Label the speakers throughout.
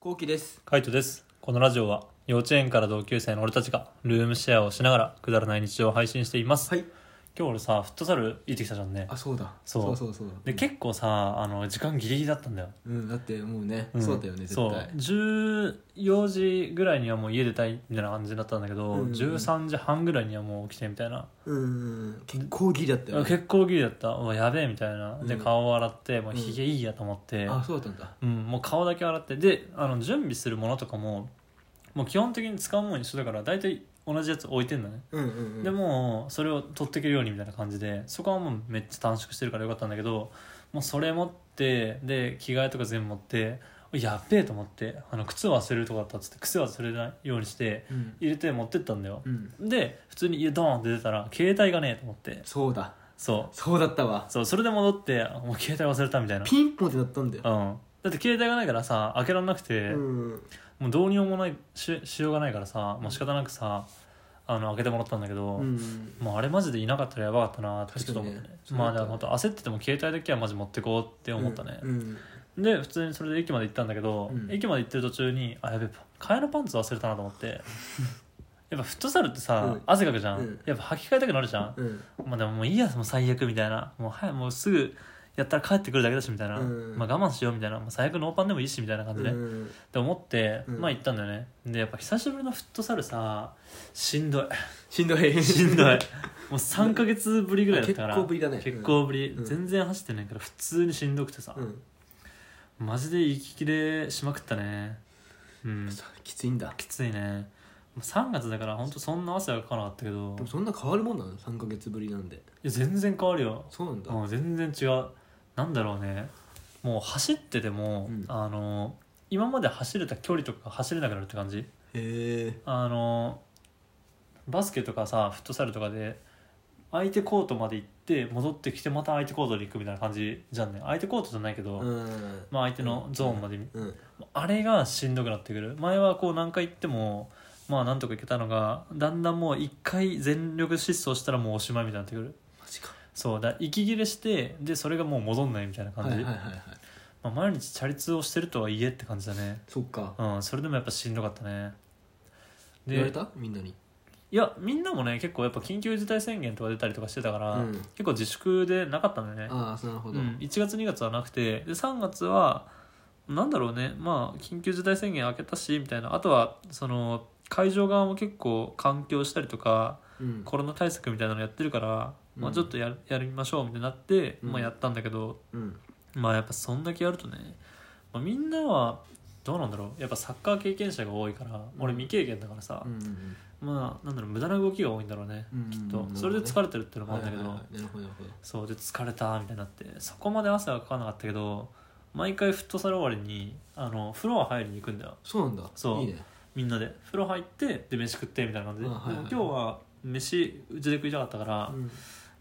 Speaker 1: こうきです。
Speaker 2: カイトです。このラジオは幼稚園から同級生の俺たちがルームシェアをしながらくだらない日常を配信しています。
Speaker 1: い。
Speaker 2: 今日俺さ、フットサル行ってきたじゃんね
Speaker 1: あ、。そうだ。
Speaker 2: そう
Speaker 1: そうそうそうだ。
Speaker 2: で、結構さ、あの、時間ギリギリだったんだよ。
Speaker 1: うん、だってもうね、
Speaker 2: ん
Speaker 1: そうだよね、絶
Speaker 2: そう
Speaker 1: 対。
Speaker 2: 14時ぐらいにはもう家出たいみたいな感じになったんだけど、
Speaker 1: うんうん
Speaker 2: 13時半ぐらいにはもう起きてみたいな、
Speaker 1: うん、結構ギリだったよ、ね。
Speaker 2: 結構ギリだったうわやべえみたいなで
Speaker 1: うん
Speaker 2: 顔を洗ってもううんひげいいやと思って、
Speaker 1: あ、そうだったんだ。
Speaker 2: うん、もう顔だけ洗ってであの準備するものとかももう基本的に使うもの一緒だから大体同じやつ置いてんだね、
Speaker 1: うんうんうん。
Speaker 2: で、もうそれを取っていけるようにみたいな感じでそこはもうめっちゃ短縮してるからよかったんだけどもうそれ持ってで着替えとか全部持ってやっべえと思ってあの靴忘れるとこだったっつって靴忘れないようにして
Speaker 1: うん。
Speaker 2: 入れて持ってったんだよ
Speaker 1: う、ん。
Speaker 2: で普通に家ドーンって出たら携帯がねえと思って
Speaker 1: そうだ。
Speaker 2: そ
Speaker 1: そうだったわ
Speaker 2: う。そうそれで戻ってもう携帯忘れたみたいな
Speaker 1: ピンポンってなったんだよ。
Speaker 2: うん、だって携帯がないからさ開けられなくて、
Speaker 1: うん。
Speaker 2: もうどうにもないししようがないからさもう仕方なくさあの開けてもらったんだけど、
Speaker 1: うん。
Speaker 2: もうあれマジでいなかったらやばかったなってちょっと思ったね
Speaker 1: 確かにね
Speaker 2: まあ
Speaker 1: そうだ
Speaker 2: だ
Speaker 1: っ
Speaker 2: か
Speaker 1: た
Speaker 2: ら本当焦ってても携帯だけはマジ持ってこうって思ったね、
Speaker 1: うん。
Speaker 2: で普通にそれで駅まで行ったんだけど、
Speaker 1: うん
Speaker 2: 駅まで行ってる途中にあやべえ替えのパンツ忘れたなと思ってやっぱフットサルってさ、
Speaker 1: うん
Speaker 2: 汗かくじゃん、
Speaker 1: うん
Speaker 2: やっぱ履き替えたくなるじゃん、
Speaker 1: うん。
Speaker 2: まあでももういいやもう最悪みたいなもう早いもうすぐやったら帰ってくるだけだしみたいな、
Speaker 1: うん
Speaker 2: まあ我慢しようみたいなもう最悪ノーパンでもいいしみたいな感
Speaker 1: う
Speaker 2: じで、
Speaker 1: ん。
Speaker 2: って思って、
Speaker 1: うん
Speaker 2: まあ行ったんだよねでやっぱ久しぶりのフットサルさしんどい
Speaker 1: しんどい。
Speaker 2: しんどいもう3か月ぶりぐらいだったから
Speaker 1: 結構ぶりだね
Speaker 2: 結構ぶり、
Speaker 1: うん
Speaker 2: 全然走ってないから普通にしんどくてさ、
Speaker 1: うん。
Speaker 2: マジで息切れしまくったねうん
Speaker 1: さきついんだ。
Speaker 2: きついね3月だから本当そんな汗はかかなかったけど
Speaker 1: でも
Speaker 2: い
Speaker 1: そんな変わるもんなの ?3 ヶ月ぶりなんで。
Speaker 2: や全然変わるよ
Speaker 1: そうなんだ。
Speaker 2: うん全然違うなんだろうねもう走ってても、
Speaker 1: うん
Speaker 2: あの今まで走れた距離とか走れなくなるって感じ
Speaker 1: へえ。
Speaker 2: あのバスケとかさフットサルとかで相手コートまで行って戻ってきてまた相手コートに行くみたいな感じじゃんね相手コートじゃないけど、
Speaker 1: うん。
Speaker 2: まあ、相手のゾーンまで、
Speaker 1: うん。
Speaker 2: あれがしんどくなってくる前はこう何回行ってもまあなんとか行けたのがだんだんもう一回全力疾走したらもうおしまいみたいになってくる
Speaker 1: マジか。
Speaker 2: そうだ息切れしてでそれがもう戻んないみたいな
Speaker 1: はい
Speaker 2: 感
Speaker 1: は
Speaker 2: じ、
Speaker 1: いはいはい。
Speaker 2: まあ、毎日チャリ通をしてるとはいえって感じだね
Speaker 1: そっか。
Speaker 2: うんそれでもやっぱしんどかったね
Speaker 1: 言われたみんなに。
Speaker 2: いやみんなもね結構やっぱ緊急事態宣言とか出たりとかしてたから、
Speaker 1: うん
Speaker 2: 結構自粛でなかったんだよね、
Speaker 1: ああ、なるほ
Speaker 2: う
Speaker 1: ど。
Speaker 2: ん、1月2月はなくてで3月はなんだろうねまあ緊急事態宣言明けたしみたいなあとはその会場側も結構環境したりとか
Speaker 1: うん。
Speaker 2: コロナ対策みたいなのやってるから、
Speaker 1: う
Speaker 2: まあ、
Speaker 1: ん
Speaker 2: ちょっとややりましょうみたいになって、
Speaker 1: うん
Speaker 2: まあ、やったんだけど
Speaker 1: うん。
Speaker 2: まあやっぱそんだけやるとね、まあ、みんなはどうなんだろうやっぱサッカー経験者が多いから俺未経験だからさ、
Speaker 1: うん。
Speaker 2: まあなんだろう無駄な動きが多いんだろうね、
Speaker 1: うん
Speaker 2: きっと
Speaker 1: うん
Speaker 2: それで疲れてるっていうのもあ
Speaker 1: はい
Speaker 2: るん
Speaker 1: は
Speaker 2: だ
Speaker 1: い
Speaker 2: け
Speaker 1: はいな
Speaker 2: ど、
Speaker 1: るほどなるほど
Speaker 2: そうで疲れたみたいになってそこまで汗はかかなかったけど毎回フットサル終わりにあの風呂入りに行くんだよ
Speaker 1: そうなんだ
Speaker 2: そう
Speaker 1: いいね
Speaker 2: みんなで風呂入ってで飯食ってみたいな感じで,、
Speaker 1: あはいはい
Speaker 2: でも今日は飯うちで食いたかったから、
Speaker 1: うん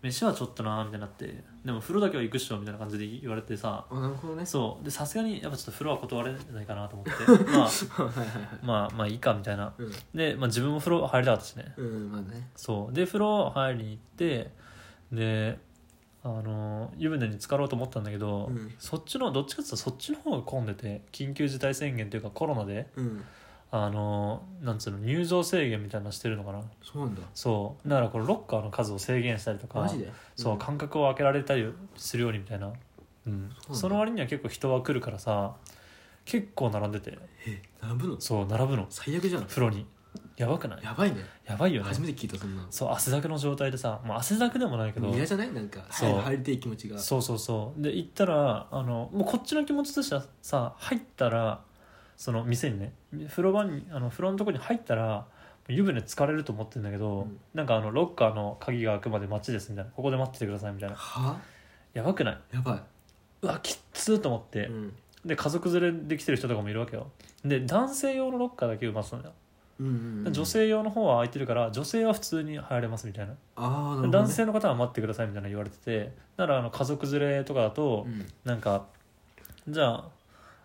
Speaker 2: 飯はちょっとなーみたいになってでも風呂だけは行くっしょみたいな感じで言われてさ
Speaker 1: あなるほどね
Speaker 2: そうでさすがにやっぱちょっと風呂は断れないかなと思って まあ
Speaker 1: はいはいはい
Speaker 2: まあまあいいかみたいな
Speaker 1: うん
Speaker 2: で、まあ、自分も風呂入りたかったしね
Speaker 1: うんまあね
Speaker 2: そうで風呂入りに行ってであの湯船に浸かろうと思ったんだけど、
Speaker 1: うん
Speaker 2: そっちのどっちかっていうとそっちの方が混んでて緊急事態宣言というかコロナで
Speaker 1: うん
Speaker 2: あのなんつうの入場制限みたいなのしてるのかな
Speaker 1: そうなんだ
Speaker 2: そうだからこれロッカーの数を制限したりとか
Speaker 1: マジで
Speaker 2: そう間隔を空けられたりするようにみたいな、うん
Speaker 1: うなん、だ
Speaker 2: その割には結構人は来るからさ結構並んでて
Speaker 1: え並ぶの
Speaker 2: そう並ぶの
Speaker 1: 最悪じゃん
Speaker 2: 風呂にやばくない
Speaker 1: やばいね
Speaker 2: やばいよね
Speaker 1: 初めて聞いたそんなの
Speaker 2: そう汗だくの状態でさ、まあ、汗だくでもないけど
Speaker 1: 嫌じゃないなんか
Speaker 2: そう
Speaker 1: 入入りたい気持ちが
Speaker 2: そうそうそうで行ったらあのもうこっちの気持ちとしてはさ入ったらその店にね風呂場にあの風呂のとこに入ったら湯船疲れると思ってるんだけど、
Speaker 1: うん
Speaker 2: なんかあのロッカーの鍵が開くまで待ちですみたいなここで待っててくださいみたいな
Speaker 1: は
Speaker 2: やばくない
Speaker 1: やば
Speaker 2: うわきっつーと思っ
Speaker 1: い
Speaker 2: て、
Speaker 1: うん
Speaker 2: で家族連れで来てる人とかもいるわけよで男性用のロッカーだけ埋まってたんだよ、
Speaker 1: うんうんうん
Speaker 2: 女性用の方は空いてるから女性は普通に入れますみたいな
Speaker 1: ああなるほどね
Speaker 2: 男性の方は待ってくださいみたいなの言われててだからあの家族連れとかだと、
Speaker 1: うん
Speaker 2: なんかじゃあ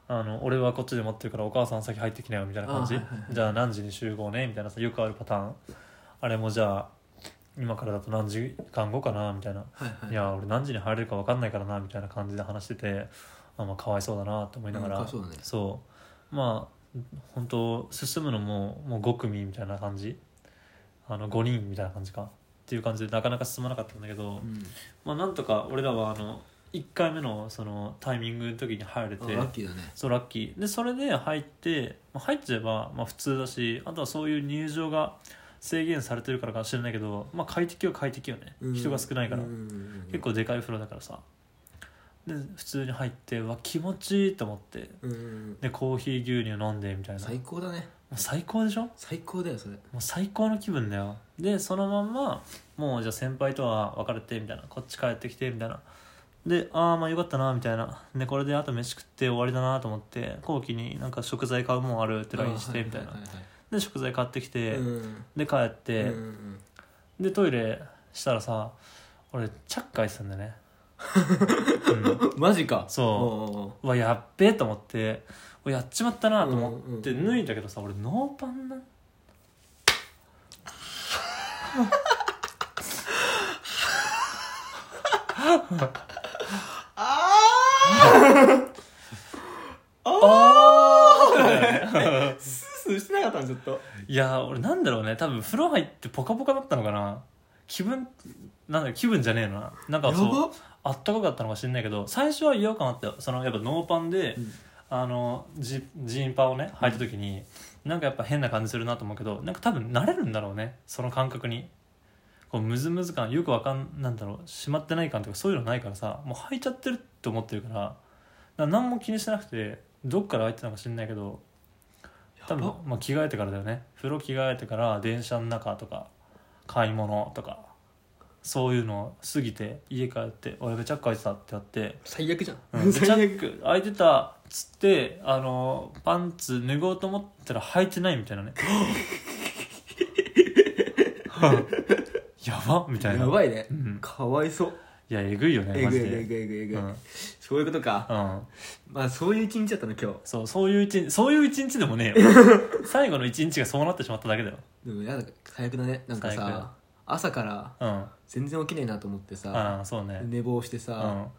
Speaker 2: あの俺はこっちで待ってるからお母さん先入ってきなよみたいな感じ、
Speaker 1: あはいはいはい
Speaker 2: じゃあ何時に集合ねみたいなさよくあるパターンあれもじゃあ今からだと何時間後かなみたいな、
Speaker 1: はいはい
Speaker 2: い、や俺何時に入れるか分かんないからなみたいな感じで話しててあまあかわいそうだなって思いながら、
Speaker 1: うんかわいそうだね
Speaker 2: そうまあ本当進むのももう5組みたいな感じあの5人みたいな感じかっていう感じでなかなか進まなかったんだけ
Speaker 1: う
Speaker 2: ど、
Speaker 1: ん
Speaker 2: まあ、なんとか俺らはあの1回目のそのタイミングの時に入れ
Speaker 1: あ
Speaker 2: て
Speaker 1: ラッキーだね
Speaker 2: そうラッキーでそれで入って、まあ、入っちゃえば、まあ、普通だしあとはそういう入場が制限されてるからか知らないけど、まあ、快適は快適よね、
Speaker 1: うん
Speaker 2: 人が少ないから、
Speaker 1: うんうん
Speaker 2: 結構でかい風呂だからさで普通に入ってうわ気持ちいいと思って
Speaker 1: うんうん
Speaker 2: でコーヒー牛乳飲んでみたいな
Speaker 1: 最高だね
Speaker 2: もう最高でしょも
Speaker 1: 最高だよそれ
Speaker 2: う最高の気分だよでそのまんまもうじゃあ先輩とは別れてみたいなこっち帰ってきてみたいなでああまあよかったなみたいなでこれであと飯食って終わりだなと思って後期になんか食材買うもんあるって
Speaker 1: あ
Speaker 2: LINE してみたい
Speaker 1: は
Speaker 2: な
Speaker 1: ははは
Speaker 2: で食材買ってきて、
Speaker 1: うん
Speaker 2: で帰って、
Speaker 1: うんうん
Speaker 2: でトイレしたらさ俺チャック開いてたんだよね、うん
Speaker 1: うんマジか
Speaker 2: そう
Speaker 1: おうおう
Speaker 2: うわやっべえと思ってうわやっちまったなと思って
Speaker 1: うんうん
Speaker 2: 脱いだけどさ俺ノーパンなん
Speaker 1: ああ スースーしてなかったんずっと
Speaker 2: いやー俺なんだろうね多分風呂入ってポカポカだったのかな気分なんだろう気分じゃねえのななんか
Speaker 1: や
Speaker 2: そう
Speaker 1: ば
Speaker 2: あったかかったのか知んないけど最初は違和感あったよそのやっぱノーパンで、
Speaker 1: うん
Speaker 2: あのジジーンパをね履いた時に、なんかやっぱ変な感じするなと思うけどなんか多分慣れるんだろうねその感覚にこうムズムズ感よくわかんなんだろうしまってない感とかそういうのないからさもう履いちゃってるって思ってるからだから何も気にしてなくてどっから履いてたのか知んないけど多分
Speaker 1: やば
Speaker 2: まあ、着替えてからだよね風呂着替えてから電車の中とか買い物とかそういうのを過ぎて家帰って「おやべチャック開いてた」ってやって
Speaker 1: 最悪じゃ
Speaker 2: うん
Speaker 1: ん
Speaker 2: でチャック開いてたっつってあのパンツ脱ごうと思ったら履いてないみたい なねはあやばみたいな
Speaker 1: やばいね
Speaker 2: うん
Speaker 1: かわいそう
Speaker 2: いやえぐいよね
Speaker 1: え
Speaker 2: マ
Speaker 1: ぐい
Speaker 2: ジ
Speaker 1: えぐいえ
Speaker 2: で
Speaker 1: ぐいえぐいえぐい
Speaker 2: うん
Speaker 1: そういうことか
Speaker 2: うん
Speaker 1: まあそういう一日だったの今日
Speaker 2: そうそういう一日そういう一日でもね えよ最後の一日がそうなってしまっただけだよ
Speaker 1: でもやだ最悪だねなんか
Speaker 2: 最悪だ
Speaker 1: さ朝から
Speaker 2: うん
Speaker 1: 全然起きねえなと思ってさ
Speaker 2: ああそうね
Speaker 1: 寝坊して
Speaker 2: う
Speaker 1: さ
Speaker 2: ん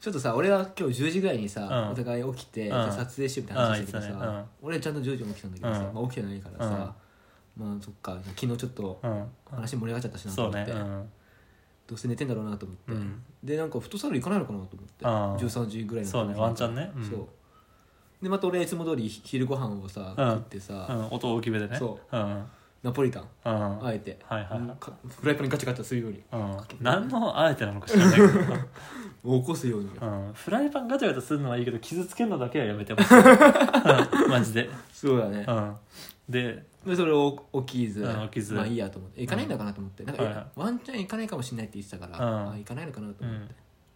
Speaker 1: ちょっとさ俺は今日10時ぐらいにさ
Speaker 2: うん
Speaker 1: お互い起きて
Speaker 2: ん
Speaker 1: じゃあ撮影しようみたいな話してたけど
Speaker 2: うん言ってたね
Speaker 1: さ俺ちゃんと10時も起きたんだけどさ
Speaker 2: うん
Speaker 1: まあ起きてないからさまあそっか昨日ちょっと
Speaker 2: うん
Speaker 1: 話盛り上がっちゃったしなと
Speaker 2: そう
Speaker 1: 思っ
Speaker 2: ね
Speaker 1: て
Speaker 2: うん
Speaker 1: どうせ寝てんだろうなと思って、
Speaker 2: うん
Speaker 1: でなんかフットサル行かないのかなと
Speaker 2: あ
Speaker 1: 思
Speaker 2: あ
Speaker 1: って13時ぐらいの
Speaker 2: そうねワンチャンねうん
Speaker 1: そうでまた俺いつも通りひ昼ご飯をさ
Speaker 2: うん
Speaker 1: 食ってさ、
Speaker 2: うん音大きめでね
Speaker 1: そ
Speaker 2: うん
Speaker 1: ナポリタン
Speaker 2: うん
Speaker 1: あえて、
Speaker 2: はいはいはい
Speaker 1: かフライパンにガチャガチャするように
Speaker 2: うん、何のあえてなのか知らないけど、
Speaker 1: 起こすように、
Speaker 2: うん、フライパンガチャガチャするのはいいけど傷つけるのだけはやめてほし いうんマジで、
Speaker 1: そうだね
Speaker 2: う、ん、で
Speaker 1: でそれを起きず,、
Speaker 2: うん起きず
Speaker 1: まあいいやと思って行かないんだかなと思って、なんか、
Speaker 2: はいはい
Speaker 1: ワンチャン行かないかもしれないって言ってたから、
Speaker 2: うん
Speaker 1: あ行かないのかなと思って、
Speaker 2: うん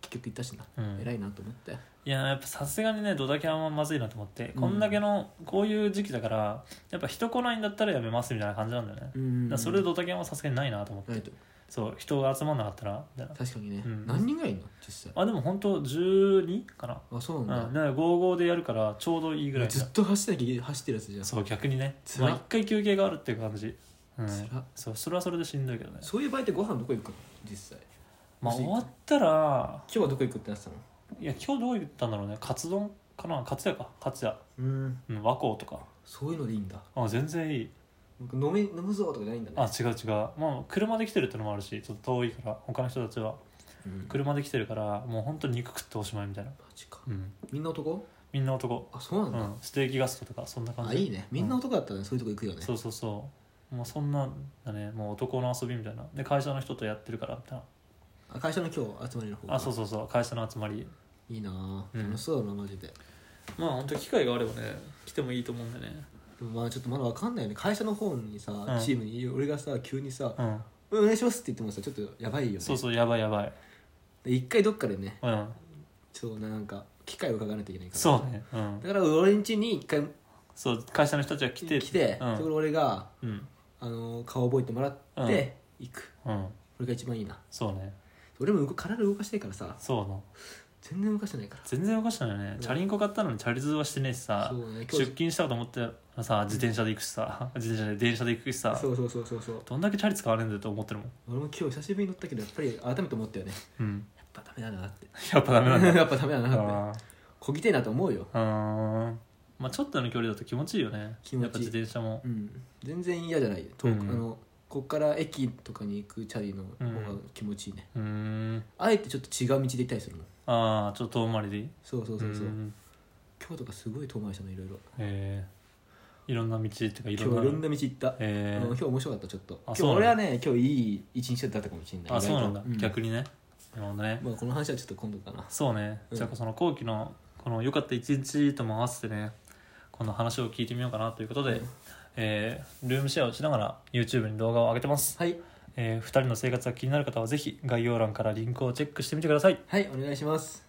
Speaker 1: 結局行ったしな、
Speaker 2: うん
Speaker 1: 偉いなと思って
Speaker 2: いややっぱさすがにねドタキャンはまずいなと思って、こんだけのこういう時期だからやっぱ人来ないんだったらやめますみたいな感じなんだよね、だからそれで
Speaker 1: と
Speaker 2: ドタキャンはさすがにないなと思って、
Speaker 1: ないと
Speaker 2: そう人が集まんなかったらみたいな
Speaker 1: 確かにね、
Speaker 2: うん
Speaker 1: 何人ぐらいいんの実際
Speaker 2: あでも本当12かな
Speaker 1: あそう
Speaker 2: うん、
Speaker 1: なんだ、
Speaker 2: だから55でやるからちょうどいいぐらい
Speaker 1: ずっと走ってなきゃ走ってるやつじゃん
Speaker 2: そう逆にね
Speaker 1: つ
Speaker 2: ま
Speaker 1: ら
Speaker 2: あ一回休憩があるっていう感じ、うん、
Speaker 1: つら
Speaker 2: そうそれはそれでしんどいけどね
Speaker 1: そういう場合ってご飯どこ行くの実際
Speaker 2: まあ終わったら
Speaker 1: 今日はどこ行くってなってたの
Speaker 2: いや今日どう言ったんだろうねカツ丼かなカツヤかカツヤ、
Speaker 1: うん
Speaker 2: うん、和光とか
Speaker 1: そういうのでいいんだ
Speaker 2: あ全然いい
Speaker 1: なんか飲め飲むぞとかじゃないんだね
Speaker 2: あ違う違うまあ車で来てるってのもあるしちょっと遠いから他の人たちは
Speaker 1: うんマ
Speaker 2: 車で来てるからもう本当に肉食っておしまいみたいな、
Speaker 1: ジか
Speaker 2: うん、
Speaker 1: みんな男
Speaker 2: みんな男、
Speaker 1: あそうな
Speaker 2: うん
Speaker 1: だ、
Speaker 2: ん、ステーキガストとかそんな感
Speaker 1: あ
Speaker 2: じ
Speaker 1: いいねみんな男だったらね、そういうとこ行くよね
Speaker 2: そうそうそうもうそんなんだねもう男の遊びみたいなで会社の人とやってるからみたい
Speaker 1: あ会社の今日集まりの方
Speaker 2: なあそうそうそう会社の集まり
Speaker 1: いいなあ
Speaker 2: うん
Speaker 1: 楽しそうだなマジで、
Speaker 2: まあ本当機会があればね来てもいいと思うんだよね
Speaker 1: でもまあちょっとまだわかんないよね会社の方にさ、
Speaker 2: ん
Speaker 1: チームに俺がさ急にさ
Speaker 2: う
Speaker 1: 「うんお願いします」って言ってもさちょっとやばいよね
Speaker 2: んそうそうやばいやばい
Speaker 1: で一回どっかでね
Speaker 2: うん
Speaker 1: ちょっとなんか機会を伺わないといけないから
Speaker 2: そうねうん
Speaker 1: だから俺ん家に一回
Speaker 2: そう会社の人たちが来て
Speaker 1: 来て、
Speaker 2: うん
Speaker 1: そこで俺が、
Speaker 2: うん
Speaker 1: あの顔覚えてもらって行く、
Speaker 2: うん、
Speaker 1: これが一番いいな
Speaker 2: そうね
Speaker 1: 俺も動体動かしてからさ
Speaker 2: そうの
Speaker 1: 全然動かしてないから
Speaker 2: 全然動かしてないよね、
Speaker 1: ん
Speaker 2: チャリンコ買ったのにチャリ通はしてねえしさ、
Speaker 1: そうね今
Speaker 2: 出
Speaker 1: 日
Speaker 2: 勤したと思ってさ自転車で行くし さ自転車で電車で行くしさ
Speaker 1: そうそうそうそうそう
Speaker 2: どんだけチャリ使われんだよと思ってるもん
Speaker 1: 俺も今日久しぶりに乗ったけどやっぱり改めて思ったよね
Speaker 2: うん
Speaker 1: やっぱダメだなって
Speaker 2: やっぱダメなんだ
Speaker 1: やっぱダメだなって
Speaker 2: あ
Speaker 1: こぎてえなと思うよ
Speaker 2: ーうーんまあ、ちょっとの距離だと気持ちいいよね
Speaker 1: 気持ちいい
Speaker 2: やっぱ自転車も
Speaker 1: うん、全然嫌じゃないよ遠く、
Speaker 2: うん
Speaker 1: あのこっから駅とかに行くチャリの
Speaker 2: うん
Speaker 1: 方が気持ちいいね、
Speaker 2: うーん
Speaker 1: あえてちょっと違う道で行ったりするもん
Speaker 2: ああちょっと遠回りでいい
Speaker 1: そうそうそうそう、
Speaker 2: ん
Speaker 1: 今日とかすごい遠回りしたのいろいろ
Speaker 2: えー、いろんな道っていうかい
Speaker 1: 今
Speaker 2: ろ
Speaker 1: 日
Speaker 2: んない
Speaker 1: ろんな道行った、
Speaker 2: え
Speaker 1: あの
Speaker 2: ー
Speaker 1: 今日面白かったちょっと今日
Speaker 2: そうなんだ
Speaker 1: 俺はね今日いい一日だったかもしれない
Speaker 2: あそうなん
Speaker 1: 意
Speaker 2: だ、
Speaker 1: 外と
Speaker 2: 逆にねなるほどね、
Speaker 1: まあ、この話はちょっと今度かな
Speaker 2: そうね、
Speaker 1: うん
Speaker 2: じゃあその後期のこの良かった一日とも合わせてねこの話を聞いてみようかなということで、
Speaker 1: うん
Speaker 2: えールームシェアをしながら YouTube に動画を上げてます、
Speaker 1: はい
Speaker 2: え2人の生活が気になる方はぜひ概要欄からリンクをチェックしてみてください
Speaker 1: はいお願いします